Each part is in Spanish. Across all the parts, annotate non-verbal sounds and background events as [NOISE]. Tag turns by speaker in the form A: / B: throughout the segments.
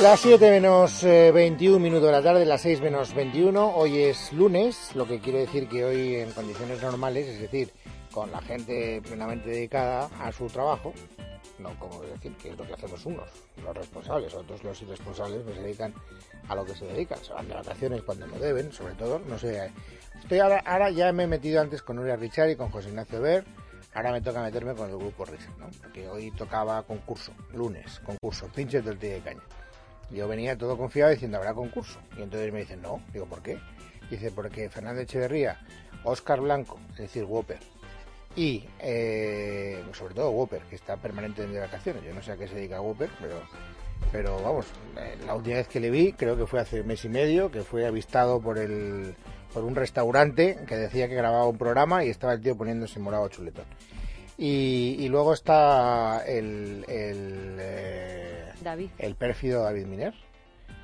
A: Las 7 menos eh, 21 minutos de la tarde, las 6 menos 21. Hoy es lunes, lo que quiere decir que hoy en condiciones normales, es decir, con la gente plenamente dedicada a su trabajo, no como decir que es lo que hacemos unos, los responsables, otros los irresponsables pues, se dedican a lo que se dedican, se van de vacaciones cuando lo deben, sobre todo, no sé. Estoy ahora, ahora ya me he metido antes con Nuria Richard y con José Ignacio Ver, ahora me toca meterme con el grupo Risa, ¿no? Porque hoy tocaba concurso, lunes, concurso, pinches del té de caña. Yo venía todo confiado diciendo habrá concurso. Y entonces me dicen, no, digo, ¿por qué? Dice, porque Fernando Echeverría, Oscar Blanco, es decir, Whopper, y eh, sobre todo Whopper, que está permanente de vacaciones. Yo no sé a qué se dedica Whopper, pero, pero vamos, eh, la última vez que le vi, creo que fue hace un mes y medio, que fue avistado por, el, por un restaurante que decía que grababa un programa y estaba el tío poniéndose morado chuletón. Y, y luego está el, el, eh,
B: David.
A: el pérfido David Miner.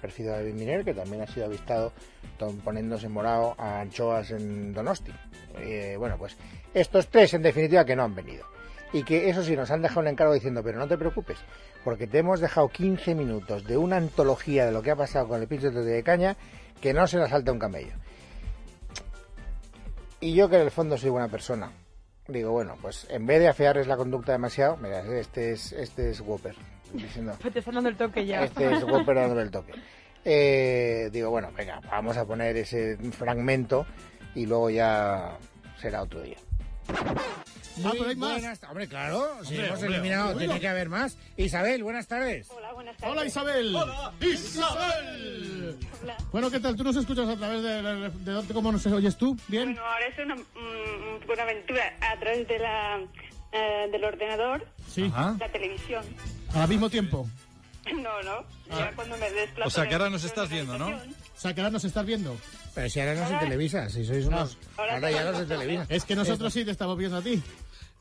A: Pérfido David Miner, que también ha sido avistado tom- poniéndose morado a anchoas en Donosti. Eh, bueno, pues estos tres, en definitiva, que no han venido. Y que eso sí, nos han dejado un encargo diciendo, pero no te preocupes, porque te hemos dejado 15 minutos de una antología de lo que ha pasado con el pinche de caña, que no se la salta un camello. Y yo que en el fondo soy buena persona. Digo, bueno, pues en vez de afearles la conducta demasiado, mira, este es, este es Whopper. Diciendo,
B: Pues Te están dando el toque ya.
A: este es Whopper dándole el toque. Eh, digo, bueno, venga, vamos a poner ese fragmento y luego ya será otro día.
C: Ah, pero hay más.
A: Buenas, hombre, claro, si
C: Hombre,
A: hemos
C: hombre,
A: eliminado,
C: bueno.
A: tiene que haber más. Isabel, buenas tardes.
D: Hola, buenas tardes.
C: Hola Isabel. Hola Isabel.
D: Hola.
C: Bueno, ¿qué tal? ¿Tú nos escuchas a través de, de- de dónde- cómo nos oyes tú? ¿Bien?
D: Bueno, ahora es una, mm, una aventura a través de la, eh, del ordenador,
C: Sí.
E: Ajá.
D: la televisión. [LAUGHS]
C: Al mismo tiempo.
D: No, no. Ya cuando me desplazo.
E: Ah. O sea, que
D: me
E: ahora nos
D: encuentro
E: estás
D: en la
E: viendo, ¿no?
D: habitación.
C: O sea, que ahora nos estás viendo.
A: Pero si ahora no se
D: Hola.
A: televisa, si sois unos...
D: No, ahora
A: Ahora
D: te
A: ya no
D: mando
A: se
D: todo.
A: televisa.
C: Es que nosotros sí te estamos viendo a ti.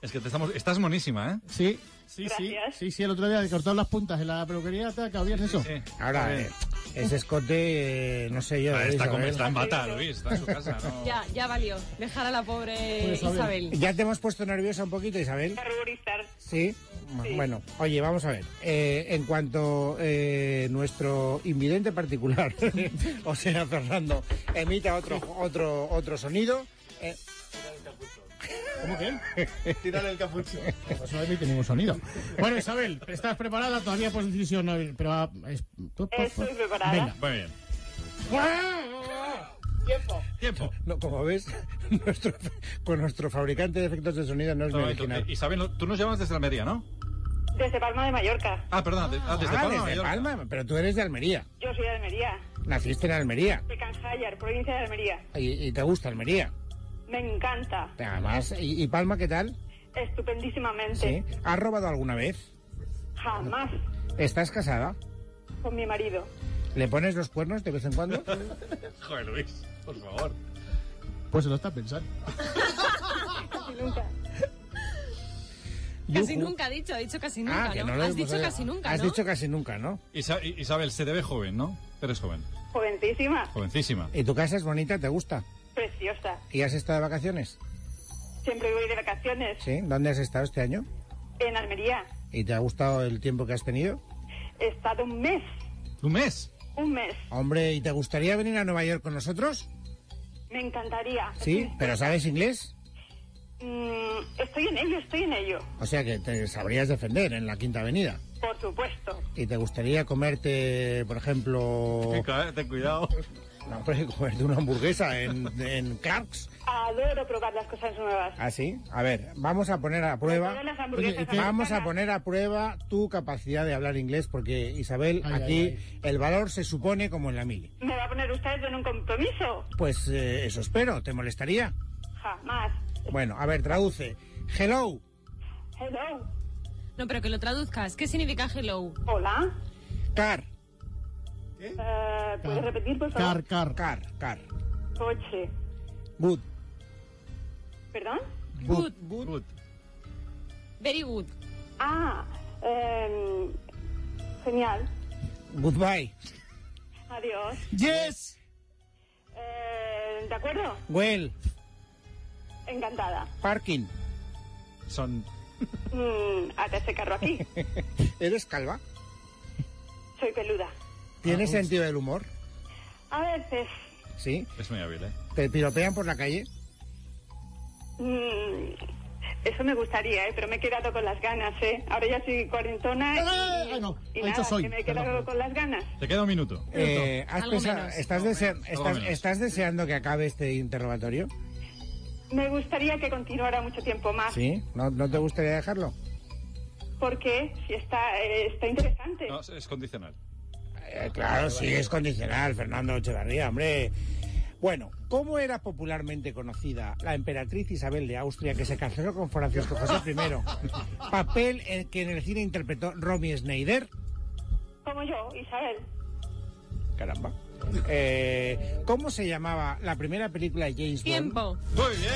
E: Es que te estamos, estás monísima, ¿eh?
C: Sí. Sí, sí.
D: Gracias.
C: Sí, sí, el otro día te cortaron las puntas en la peluquería, te acabías eso.
E: Sí.
A: Ahora,
E: Bien.
A: eh, ese escote, eh, no sé yo,
E: Ah,
A: eh,
E: está,
A: Isabel.
E: como- está en bata, Luis, está en su casa.
B: [LAUGHS]
E: ¿no?
B: Ya, ya valió. Dejar a la pobre
C: Pues, a ver.
B: Isabel.
A: ¿Ya te hemos puesto nerviosa un poquito, Isabel?
D: A ruborizar.
A: Sí. Bueno, oye, vamos a ver. Eh, en cuanto eh, nuestro invidente particular, [LAUGHS] o sea, Fernando, emita otro, otro, otro sonido. eh,
C: ¿Cómo que? Tírale el capucho. Pues no emite ningún sonido. Bueno, Isabel, ¿estás preparada? Todavía por decisión, no, pero... ah, es-
D: Estoy preparada.
C: Venga.
E: Muy bien. Tiempo.
A: ¡Ah! no, como ves, [LAUGHS] nuestro- con nuestro fabricante de efectos de sonido no es mi
E: Todo esto.
A: original.
E: Eh, Isabel, no- tú nos llamas desde Almería, ¿no?
D: Desde Palma de Mallorca.
E: Ah, perdón, de- ah, desde
A: Ah,
E: Palma.
A: desde
E: Mallorca.
A: Palma, pero tú eres de Almería.
D: Yo soy de Almería.
A: Naciste en Almería.
D: De Canjallar, provincia de Almería.
A: Y, y te gusta Almería.
D: Me encanta.
A: Además, ¿y, y Palma qué tal?
D: Estupendísimamente.
A: Sí. ¿Has robado alguna vez?
D: Jamás
A: ¿Estás casada?
D: con mi marido.
A: ¿Le pones los cuernos de vez en cuando?
E: Joder, Luis, por favor.
C: Pues se lo está pensando.
D: Casi nunca.
B: Casi
A: Yujú.
B: nunca ha dicho, ha dicho casi
A: Ah,
B: nunca,
A: que
B: ¿no?
A: no lo
B: Has
A: hemos
B: dicho
A: oído.
B: casi nunca,
A: Has
B: ¿no?
A: dicho casi nunca, ¿no?
E: Isa- Isabel, se te ve joven, ¿no? Eres joven,
D: Jovencísima.
E: jovencísima.
A: ¿Y tu casa es bonita? ¿Te gusta?
D: Preciosa.
A: ¿Y has estado de
B: [LAUGHS]
A: vacaciones?
D: Siempre voy de vacaciones.
A: ¿Sí? ¿Dónde has estado este año?
D: En Almería.
A: ¿Y te ha gustado el tiempo que has tenido?
D: He estado un mes.
E: ¿Un mes?
D: Un mes.
A: Hombre, ¿y te gustaría venir a Nueva York con nosotros?
D: Me encantaría.
A: Sí, pero ¿sabes inglés?
D: Mm, estoy en ello, estoy en ello.
A: O sea que te sabrías defender en la Quinta Avenida.
D: Por supuesto.
A: ¿Y te gustaría comerte, por ejemplo...
E: Chica, eh, Ten cuidado.
A: No, hombre, [LAUGHS] comerte una hamburguesa en, en Clark's?
D: Adoro probar las cosas nuevas.
A: ¿Ah, sí? A ver, vamos a poner a prueba...
D: Todas las
C: Oye, ¿y
D: hamburguesas
C: qué?
A: Vamos a
D: americanas.
A: poner a prueba tu capacidad de hablar inglés, porque Isabel,
C: Ay,
A: aquí
C: ay,
A: el valor se supone como en la mili.
D: ¿Me va a poner usted en un compromiso?
A: Pues eh, eso espero, ¿te molestaría?
D: Jamás.
A: Bueno, a ver, traduce. Hello,
D: Hello.
B: No, pero que lo traduzcas. ¿Qué significa hello?
D: Hola.
A: car,
D: Eh, ¿Puedes repetir, por
C: Car,
D: favor?
C: car.
A: car, car.
D: Coche.
A: Good,
D: ¿Perdón?
B: Good.
E: Good.
B: Very good.
D: Ah. em, genial.
A: goodbye.
D: Adiós.
C: Yes.
D: Eh, ¿De acuerdo?
A: Well,
D: Encantada.
A: parking.
E: Son.
A: [LAUGHS]
D: Mm, ata ese carro aquí.
A: ¿Eres calva?
D: Soy peluda.
F: Ah,
G: ¿Tiene sentido del humor?
D: A veces,
G: Sí.
F: Es muy hábil, ¿eh?
G: ¿Te piropean por la calle?
D: mm, eso me gustaría, ¿eh? pero me he quedado con las ganas. ¿eh? Ahora ya soy cuarentona y,
C: Ah, ah, no,
D: y
C: ha dicho
D: nada,
C: soy,
D: que me he quedado
C: perdón.
D: con las ganas.
F: Te queda un minuto.
G: Eh, ¿has
B: Algo
G: pensado-
B: menos.
G: ¿estás,
F: Algo
G: desea-
F: menos.
G: estás-
F: Algo menos.
G: estás deseando que acabe este interrogatorio?
D: Me gustaría que continuara mucho tiempo más,
G: ¿Sí? ¿No, no te gustaría dejarlo?
D: porque si está, eh, está interesante.
F: No, es- es condicional.
G: Eh, claro, sí, es condicional, Fernando Echevarría, hombre. Bueno, ¿cómo era popularmente conocida la emperatriz Isabel de Austria que se casó con Francisco
F: [LAUGHS]
G: José I? Papel en que en el cine interpretó Romy Schneider.
D: Como yo, Isabel.
G: Caramba. Eh, ¿Cómo se llamaba la primera película de James Bond?
B: Tiempo.
F: Muy bien.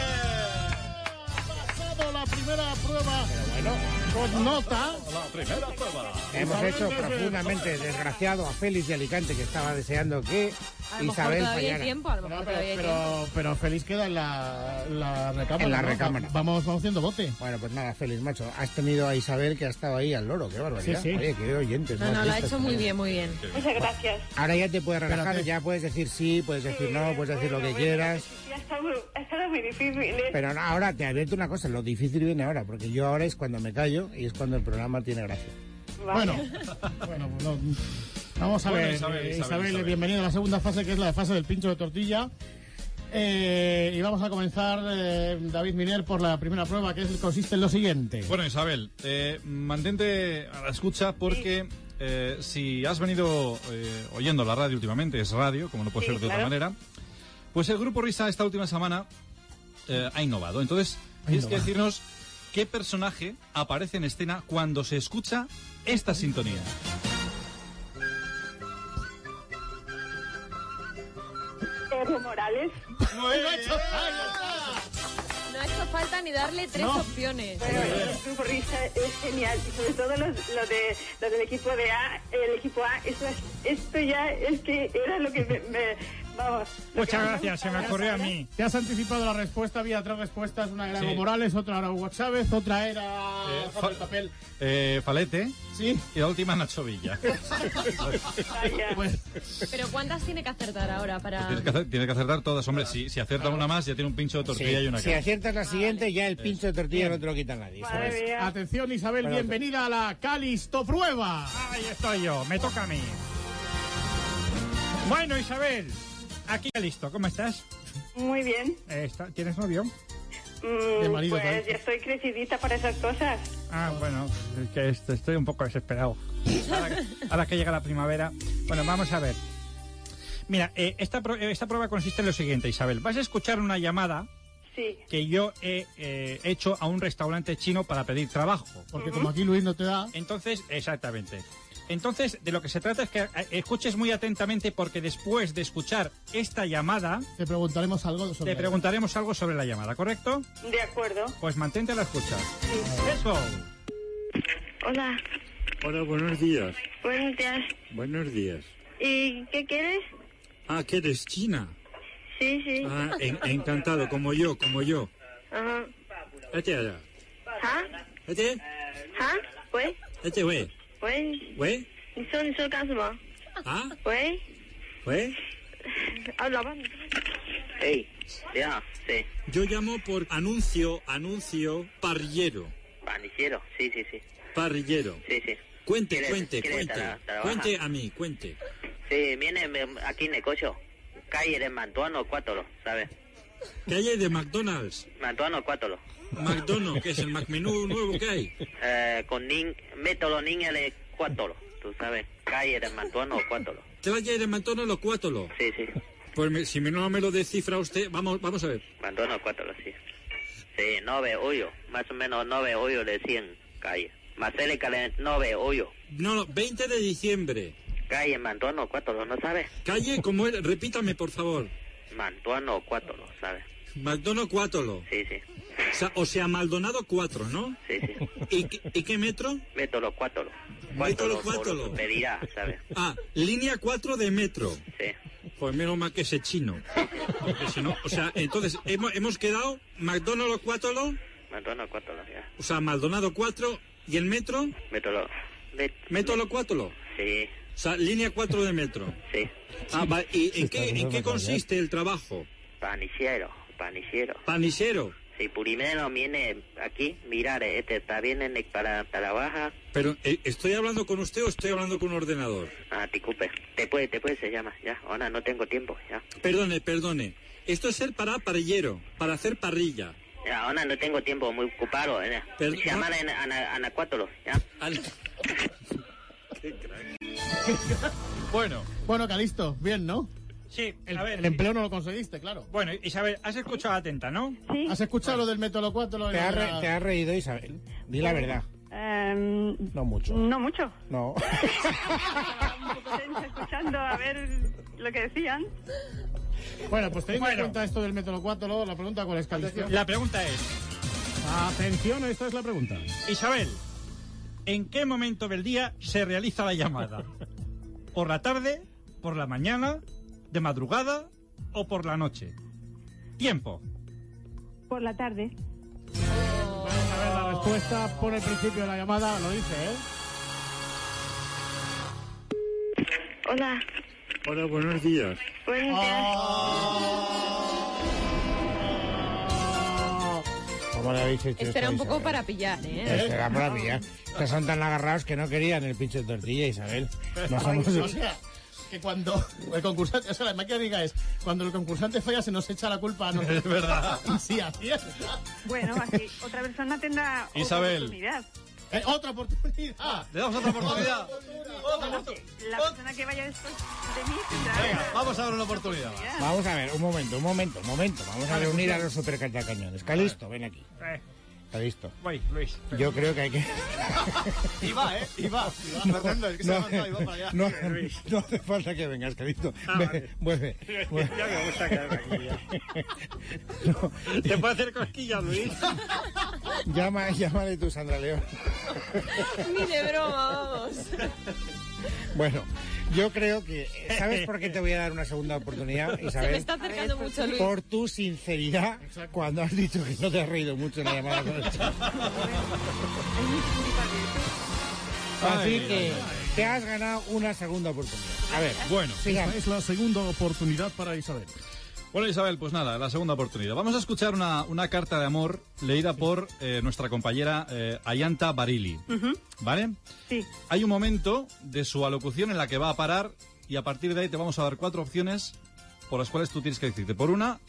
C: Pasado la primera prueba
G: Pero bueno,
C: con nota.
F: La primera prueba.
G: hemos hecho profundamente desgraciado a Félix de Alicante que estaba deseando que
B: A lo mejor
G: Isabel
B: todavía hay
G: fallara.
B: tiempo, a lo
C: No,
B: mejor
C: pero,
B: todavía hay tiempo.
C: pero, pero feliz queda en la, la recámara.
G: En la
C: ¿no?
G: recámara.
C: Vamos, vamos haciendo bote.
G: Bueno, pues nada, Félix, macho. Has tenido a Isabel que ha estado ahí al loro, qué barbaridad.
C: Sí, sí.
G: Oye, qué oyentes.
B: No,
G: más
B: no, lo ha
G: listos
B: hecho muy
G: tenemos.
B: bien, muy bien.
D: Muchas gracias.
G: Ahora ya te puedes relajar,
C: Espérate.
G: ya puedes decir sí, puedes decir no, puedes decir lo que
D: Bueno,
G: quieras.
D: sí, Ha estado, ha estado muy difícil. ¿eh?
G: Pero no, ahora te advierto una cosa, lo difícil viene ahora, porque yo ahora es cuando me callo y es cuando el programa tiene gracia.
D: Vale.
C: Bueno, bueno, bueno, vamos a
F: Bueno,
C: ver.
F: Isabel,
C: eh,
F: Isabel, Isabel.
C: bienvenido a la segunda fase, que es la fase del pincho de tortilla. Eh, y vamos a comenzar, eh, David Miner, por la primera prueba, que es, consiste en lo siguiente.
F: Bueno, Isabel, eh, mantente a la escucha porque eh, si has venido eh, oyendo la radio últimamente, es radio, como no puede
D: Sí,
F: ser de otra
D: claro.
F: manera, pues el Grupo Risa esta última semana eh, ha innovado. Entonces, tienes que
C: innovado.
F: decirnos qué personaje aparece en escena cuando se escucha esta sintonía.
D: Evo Morales.
F: Eh,
B: No ha hecho falta ni darle tres
C: No.
B: opciones.
D: Bueno, el grupo Risa es genial y sobre todo los, lo de, lo del equipo de A, el equipo A, eso es- esto ya es que era lo que me, me- vamos. lo que
H: Muchas
D: más
H: gracias, se me
D: gustaba.
H: ocurrió a mí.
C: Te has anticipado la respuesta, había tres respuestas, una era
F: Sí.
C: Evo Morales, otra era Hugo Chávez, otra era...
F: Eh,
C: Juan
F: fa-
C: del papel.
F: Eh, Falete
C: Sí.
F: y la última Nacho Villa.
D: Vaya.
C: Pues,
B: Pero ¿cuántas tiene que acertar ahora para...?
E: Pues
F: Tienes que, hacer- tienes que acertar todas, hombre. Si, si acierta una más, ya tiene un pincho de tortilla y una
G: si
F: cara.
G: aciertas la siguiente, ya el pincho de tortilla no te lo quita nadie.
D: Madre
G: ¿sabes?
D: mía.
H: Ah.
C: atención Isabel,
G: Bueno,
C: bienvenida a la Calisto Prueba.
H: Ahí estoy yo, me toca a mí. Bueno, Isabel, aquí ya listo, ¿cómo estás?
D: Muy bien.
H: Eh, está- ¿Tienes novio?
D: Mm,
C: De marido,
D: pues
C: parece.
D: ya estoy crecidita para esas cosas.
H: Ah, bueno, es que est- estoy un poco desesperado. Ahora, ahora que llega la primavera. Bueno, vamos a ver. Mira, eh, esta, pro- eh, esta prueba consiste en lo siguiente, Isabel. Vas a escuchar una llamada
D: Sí.
H: que yo he eh, hecho a un restaurante chino para pedir trabajo.
C: Porque como aquí Luis no te da...
H: Entonces, exactamente. Entonces, de lo que se trata es que eh, escuches muy atentamente porque después de escuchar esta llamada,
C: Te preguntaremos algo sobre
H: te preguntaremos algo sobre la llamada, ¿correcto?
D: De acuerdo.
H: Pues mantente a la escucha. ¡Eso!
D: Hola,
E: Hola, buenos días.
D: buenos días.
E: Buenos días.
D: ¿Y qué quieres?
E: Ah, que eres china.
D: Sí, sí.
E: Ah, en- encantado, como yo, como yo. Ah. Este,
D: Ajá.
E: Vete allá.
D: ¿Ah?
E: Vete,
D: ¿Ah? ¿Pues?
E: vete, este, güey.
D: ¿Pues?
E: Güey.
D: 你说你说干什么？
E: Ah,
D: 喂，
E: güey.
D: 啊，老爸，你
I: Ey, ya, sí,
E: Yo llamo por anuncio, anuncio, parrillero.
I: pandillero, sí, sí, sí,
E: Parrillero.
I: sí, sí.
E: Cuente,
I: ¿Quieres-
E: cuente,
I: quieres
E: cuente.
I: tra- trabajar?
E: Cuente a mí, cuente.
I: Sí, viene me- aquí negocio, calle de Mantuano Cuátolo, ¿sabes?
E: Calle de McDonald's.
I: Mantuano Cuátolo,
E: McDonald's, que es el McMenú nuevo que hay.
I: eh, con nin, método de Cuátolo, tú sabes, calle de Mantuano Cuátolo,
E: Calle de McDonald's o cuátolo.
I: sí, sí,
E: Pues me- si no me lo descifra usted, vamos, vamos a ver.
I: Mantuano Cuátolo, sí. Sí, nove hoyo, más o menos nove hoyo de 100 calle. Más cerca de nove hoyo,
E: No, no, 20 de diciembre.
I: calle Mantuano Cuátolo, ¿no sabes?
E: Calle, como era, repítame por favor.
I: Mantuano Cuátolo, ¿sabes?
E: McDonald's Cuátolo.
I: Sí, sí,
E: O sea, o sea, Maldonado 4, ¿no?
I: sí, sí.
E: ¿Y, qué- y qué metro?
I: Métolo, cuátolo.
E: Métolo, cuátolo.
I: Cuátolo, pedirá, ¿sabes?
E: Ah, línea 4 de metro.
I: Sí.
E: Pues menos mal que ese chino. Porque si no, o sea, entonces hemos, hemos quedado McDonald's Cuátolo,
I: Métolo, cuátolo, ya.
E: o sea, Maldonado 4 y el metro,
I: Métolo. met-
E: Métolo Cuátolo.
I: Sí.
E: O
J: sea, línea 4 de metro.
I: sí.
J: Ah, va, ¿Y en
K: está
J: qué,
K: haciendo
J: en qué
K: una
J: consiste el trabajo?
I: Paniciero, paniciero.
J: Panicero.
I: Si primero viene aquí, mirar, este está bien en el para, para baja.
J: Pero, eh, ¿estoy hablando con usted o estoy hablando con un ordenador?
I: Ah, disculpe. Te puede, te puede, se llama, ya. Ahora no tengo tiempo, ya.
J: Perdone, perdone. Esto es ser para parrillero, para hacer parrilla.
I: Ya, ahora no tengo tiempo, muy ocupado. ¿eh?
J: Pero-
I: Llamar a Ana- Ana- Anacuátolo, ya.
J: Al- Qué crack.
E: Bueno,
C: Bueno, Calisto, bien, ¿no?
L: Sí,
C: El,
L: a ver.
C: el empleo no lo conseguiste, claro.
L: Bueno, Isabel, has escuchado atenta, ¿no?
D: Sí.
C: ¿Has escuchado lo del método 4? Lo de
A: ¿Te has,
C: la-
A: re- te has reído, Isabel? Di la verdad.
D: Em,
A: Ah. No mucho.
D: no mucho. [LAUGHS]
A: No.
D: Un poco tensa escuchando a ver lo que decían.
C: Bueno, pues teniendo en
L: Bueno.
C: cuenta esto del método 4, luego la pregunta cuál es, Calisto.
L: La pregunta es,
C: Atención, esta es la pregunta.
L: Isabel, ¿en qué momento del día se realiza la
J: [LAUGHS]
L: llamada? ¿Por la tarde, por la mañana, de madrugada o por la noche? Tiempo.
D: Por la tarde.
C: Vamos a ver la respuesta por el principio de la llamada, lo dice, ¿eh?
D: Hola,
J: Hola, buenos días.
D: buenos días.
A: Ah. ¿Cómo le habéis hecho
B: Espera un
A: esto a
B: poco
A: Isabel?
B: para pillar, ¿eh?
A: Esto era para mí, ¿eh? Estos son tan agarrados que no querían el pinche tortilla, Isabel. No somos...
C: O sea, que cuando el concursante, o sea, la mecánica es, cuando el concursante falla se nos echa la
E: [LAUGHS]
C: culpa a nosotros. Es [LAUGHS] verdad. Así, así es.
D: Bueno, así otra persona tendrá otra
E: Isabel.
D: oportunidad.
C: Eh, otra oportunidad.
E: le damos otra oportunidad.
D: La persona que vaya después de mí tendrá
E: Venga, Ah.
D: otra
E: vamos a dar una oportunidad.
D: oportunidad.
A: Vamos a ver, un momento, un momento, un momento. Vamos a reunir a los supercachacañones. Calisto, ven aquí.
L: Eh,
A: Calisto.
L: voy, Luis.
A: Yo creo que hay que...
E: Y va, ¿eh? Y va. Fernando, el que se
A: No,
E: ha levantado y va para allá.
A: [LAUGHS] no, no hace falta que vengas, Calisto. Ve, Vuelve.
E: Pues
A: vuelve.
L: Ya me gusta quedarme aquí, ya. ¿Te puedo hacer cosquillas, Luis?
A: Llama, llámale tú, Sandra León.
B: [LAUGHS] Ni de broma, vamos.
A: Bueno, yo creo que... ¿Sabes por qué te voy a dar una segunda oportunidad,
B: [LAUGHS] Se me
A: Isabel?
B: está acercando mucho, Luis.
A: Por tu sinceridad cuando has dicho que no te has reído mucho en la llamada con el chat. Así que te has ganado una segunda oportunidad. A ver,
E: Bueno.
A: sigamos.
C: Es la segunda oportunidad para Isabel.
E: Bueno, Isabel, pues nada, la segunda oportunidad. Vamos a escuchar una, una carta de amor leída por eh, nuestra compañera eh, Ayanta Barili. ¿Vale?
D: Sí.
E: Hay un momento de su alocución en la que va a parar y a partir de ahí te vamos a dar cuatro opciones por las cuales tú tienes que decirte. Por una,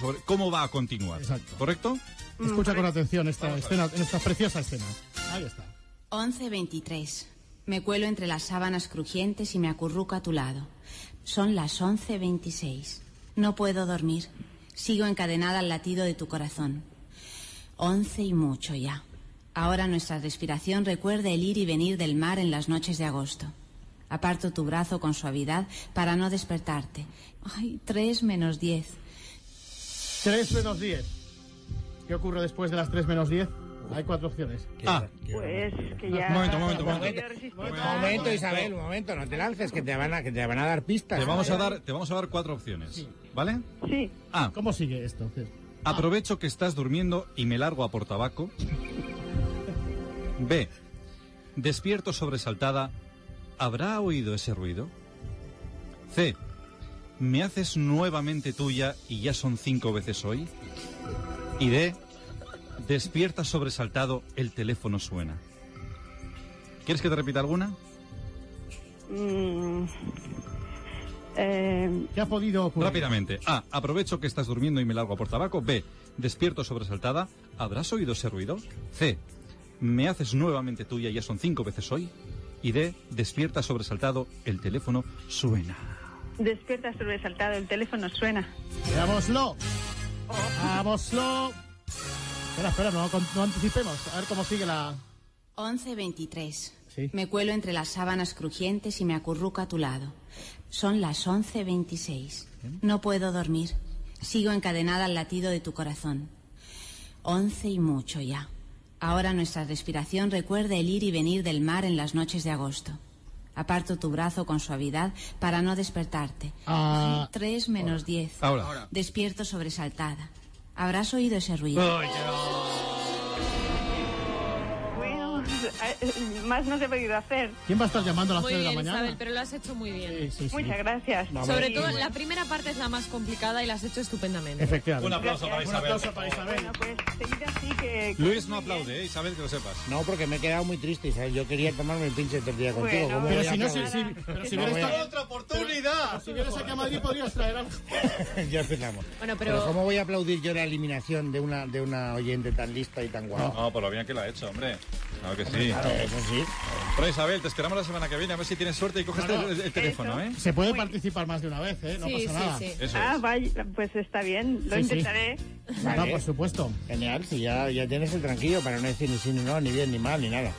E: sobre cómo va a continuar.
C: Exacto.
E: ¿Correcto?
C: Escucha con atención esta escena, esta preciosa escena. Ahí está.
M: 11.23. Me cuelo entre las sábanas crujientes y me acurruco a tu lado. Son las 11.26. No puedo dormir. Sigo encadenada al latido de tu corazón. 11 y mucho ya. Ahora nuestra respiración recuerda el ir y venir del mar en las noches de agosto. Aparto tu brazo con suavidad para no despertarte. Ay, 3 menos 10.
C: 3 menos 10. ¿Qué ocurre después de las 3 menos 10? Hay cuatro opciones.
E: Ah,
D: Pues que ya.
E: Momento, momento, momento.
D: no puedo resistir
A: Un
D: más.
A: momento, Isabel, un momento, no te lances, que te van a, que te van a dar pistas.
E: te vamos a dar, te vamos a dar cuatro opciones. ¿Vale?
D: Sí.
E: A.
C: ¿Cómo sigue esto?
E: Ah, Aprovecho que estás durmiendo y me largo a por tabaco. B. Despierto sobresaltada. ¿Habrá oído ese ruido? C. Me haces nuevamente tuya y ya son cinco veces hoy. Y D. Despierta sobresaltado, el teléfono suena. ¿Quieres que te repita alguna?
D: Mm, Em, eh,
C: ¿Qué ha podido ocurrir?
E: Rápidamente. A. Aprovecho que estás durmiendo y me largo a por tabaco. B. Despierto sobresaltada. ¿Habrás oído ese ruido? C. Me haces nuevamente tuya, ya son cinco veces hoy. Y D. Despierta sobresaltado. El teléfono suena.
D: despierta sobresaltado, el teléfono suena.
C: ¡Veámoslo! ¡Veámoslo! Espera, espera, no, con- no anticipemos. A ver cómo sigue la...
M: 11.23.
C: Sí.
M: Me cuelo entre las sábanas crujientes y me acurruco a tu lado. Son las 11.26. No puedo dormir. Sigo encadenada al latido de tu corazón. 11 y mucho ya. Ahora nuestra respiración recuerda el ir y venir del mar en las noches de agosto. Aparto tu brazo con suavidad para no despertarte.
C: Ah.
M: 3 menos 10.
E: Ahora.
M: Despierto sobresaltada. ¿Habrás oído ese ruido?
D: Bueno, eh, más no se ha podido hacer.
C: ¿Quién va a estar llamando a las
B: Muy
C: 3 de la
B: bien,
C: mañana?
B: Isabel, pero lo has hecho muy bien.
C: Sí, sí, sí.
D: Muchas gracias.
C: Vamos.
B: Sobre
D: Y,
B: todo, la primera parte es la más complicada y la has hecho estupendamente.
C: Efectivamente.
E: Un aplauso para
D: Gracias.
C: Un
E: Isabel.
C: aplauso para Isabel.
D: Bueno, pues seguid así que... que
E: Luis no
D: muy bien.
E: aplaude, ¿eh? Isabel, que lo sepas.
A: No, porque me he quedado muy triste, Isabel. Yo quería tomarme el pinche tortilla
D: Bueno,
A: contigo. ¿Cómo
C: Pero
A: voy a
C: si no,
A: acabar?
C: si, si, pero si hubieras
A: No,
C: estado
A: bueno.
C: otra oportunidad. Si vienes aquí a Madrid podrías traer algo.
A: [LAUGHS] ya empezamos.
B: Bueno, pero-
A: pero... ¿cómo voy a aplaudir yo la eliminación de una, de una oyente tan lista y tan guapa?
E: No, por lo bien que lo ha hecho, hombre. Claro que sí.
A: Claro, eso sí.
E: Pero Isabel, te esperamos la semana que viene, a ver si tienes suerte y coges
C: Claro.
E: el, el teléfono, ¿eh?
C: Se puede participar más de una vez, ¿eh? No
B: sí,
C: pasa nada.
B: sí, sí.
E: Eso
D: Ah,
E: es.
D: vaya, pues está bien, lo
C: Sí, sí.
D: intentaré.
C: No,
A: Vale.
C: por supuesto.
A: Genial, si ya, ya tienes el tranquillo para no decir ni sí, ni no, ni bien, ni mal, ni nada.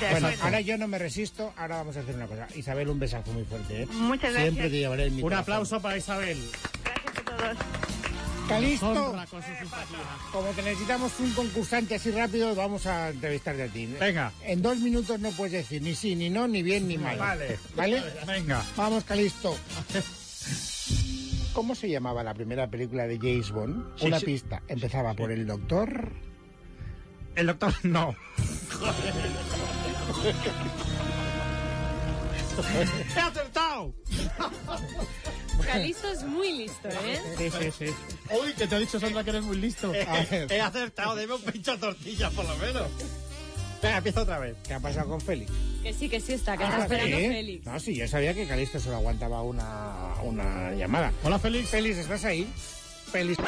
D: De
A: Bueno,
D: acuerdo.
A: ahora yo no me resisto, ahora vamos a hacer una cosa. Isabel, un besazo muy fuerte, ¿eh?
D: Muchas gracias.
A: Siempre te llevaré en mi
C: Un
A: corazón.
C: aplauso para Isabel.
D: Gracias a todos.
A: ¡Calisto!
C: Honra con su simpatía.
A: Como que necesitamos un concursante así rápido, vamos a entrevistarte a ti.
L: Venga.
A: En dos minutos no puedes decir ni sí, ni no, ni bien, ni mal.
L: Vale.
A: ¿Vale?
L: Venga.
A: Vamos, Calisto. ¿Cómo se llamaba la primera película de James Bond?
L: Sí,
A: Una
L: sí.
A: pista. Empezaba por el doctor.
L: El doctor no.
C: [LAUGHS] ¡He acertado!
B: Calisto es muy listo, ¿eh?
A: Sí, sí, sí.
C: Uy, que te ha dicho Sandra que eres muy listo.
A: Ah.
L: He acertado, debe un pincho tortilla por lo menos. Venga, empieza otra vez.
A: ¿Qué ha pasado con Félix?
B: Que sí, que sí está, que
A: Ah,
B: está esperando
A: ¿sí?
B: Félix.
A: No, sí, yo sabía que Calisto solo aguantaba una, una llamada.
C: Hola, Félix.
A: Félix, ¿estás ahí? Félix.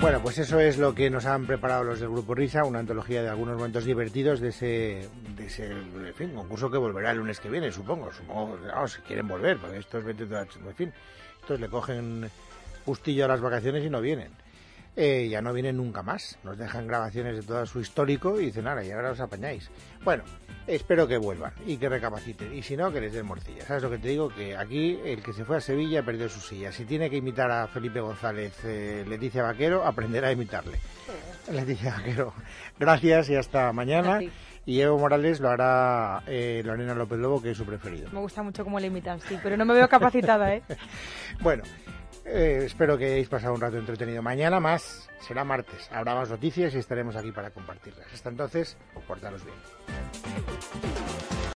A: Bueno, pues eso es lo que nos han preparado los del Grupo Risa, una antología de algunos momentos divertidos de ese, de ese en fin, concurso que volverá el lunes que viene, supongo. Supongo, vamos, si quieren volver, porque estos, vete tú a- en fin, estos le cogen justillo a las vacaciones y no vienen. Eh, ya no vienen nunca más. Nos dejan grabaciones de todo su histórico y dicen, ahora, y ahora os apañáis. Bueno, espero que vuelvan y que recapaciten. Y si no, que les den morcilla. ¿Sabes lo que te digo? Que aquí el que se fue a Sevilla perdió su silla. Si tiene que imitar a Felipe González eh, Leticia Vaquero, aprenderá a imitarle. Leticia Vaquero, gracias y hasta
K: A
A: mañana.
K: ti.
A: Y Evo Morales lo hará eh, Lorena López Lobo, que es su preferido.
K: Me gusta mucho cómo le imitan, sí, pero no me veo capacitada, ¿eh?
A: Bueno, eh, espero que hayáis pasado un rato entretenido. Mañana más, será martes. Habrá más noticias y estaremos aquí para compartirlas. Hasta entonces, portaros bien.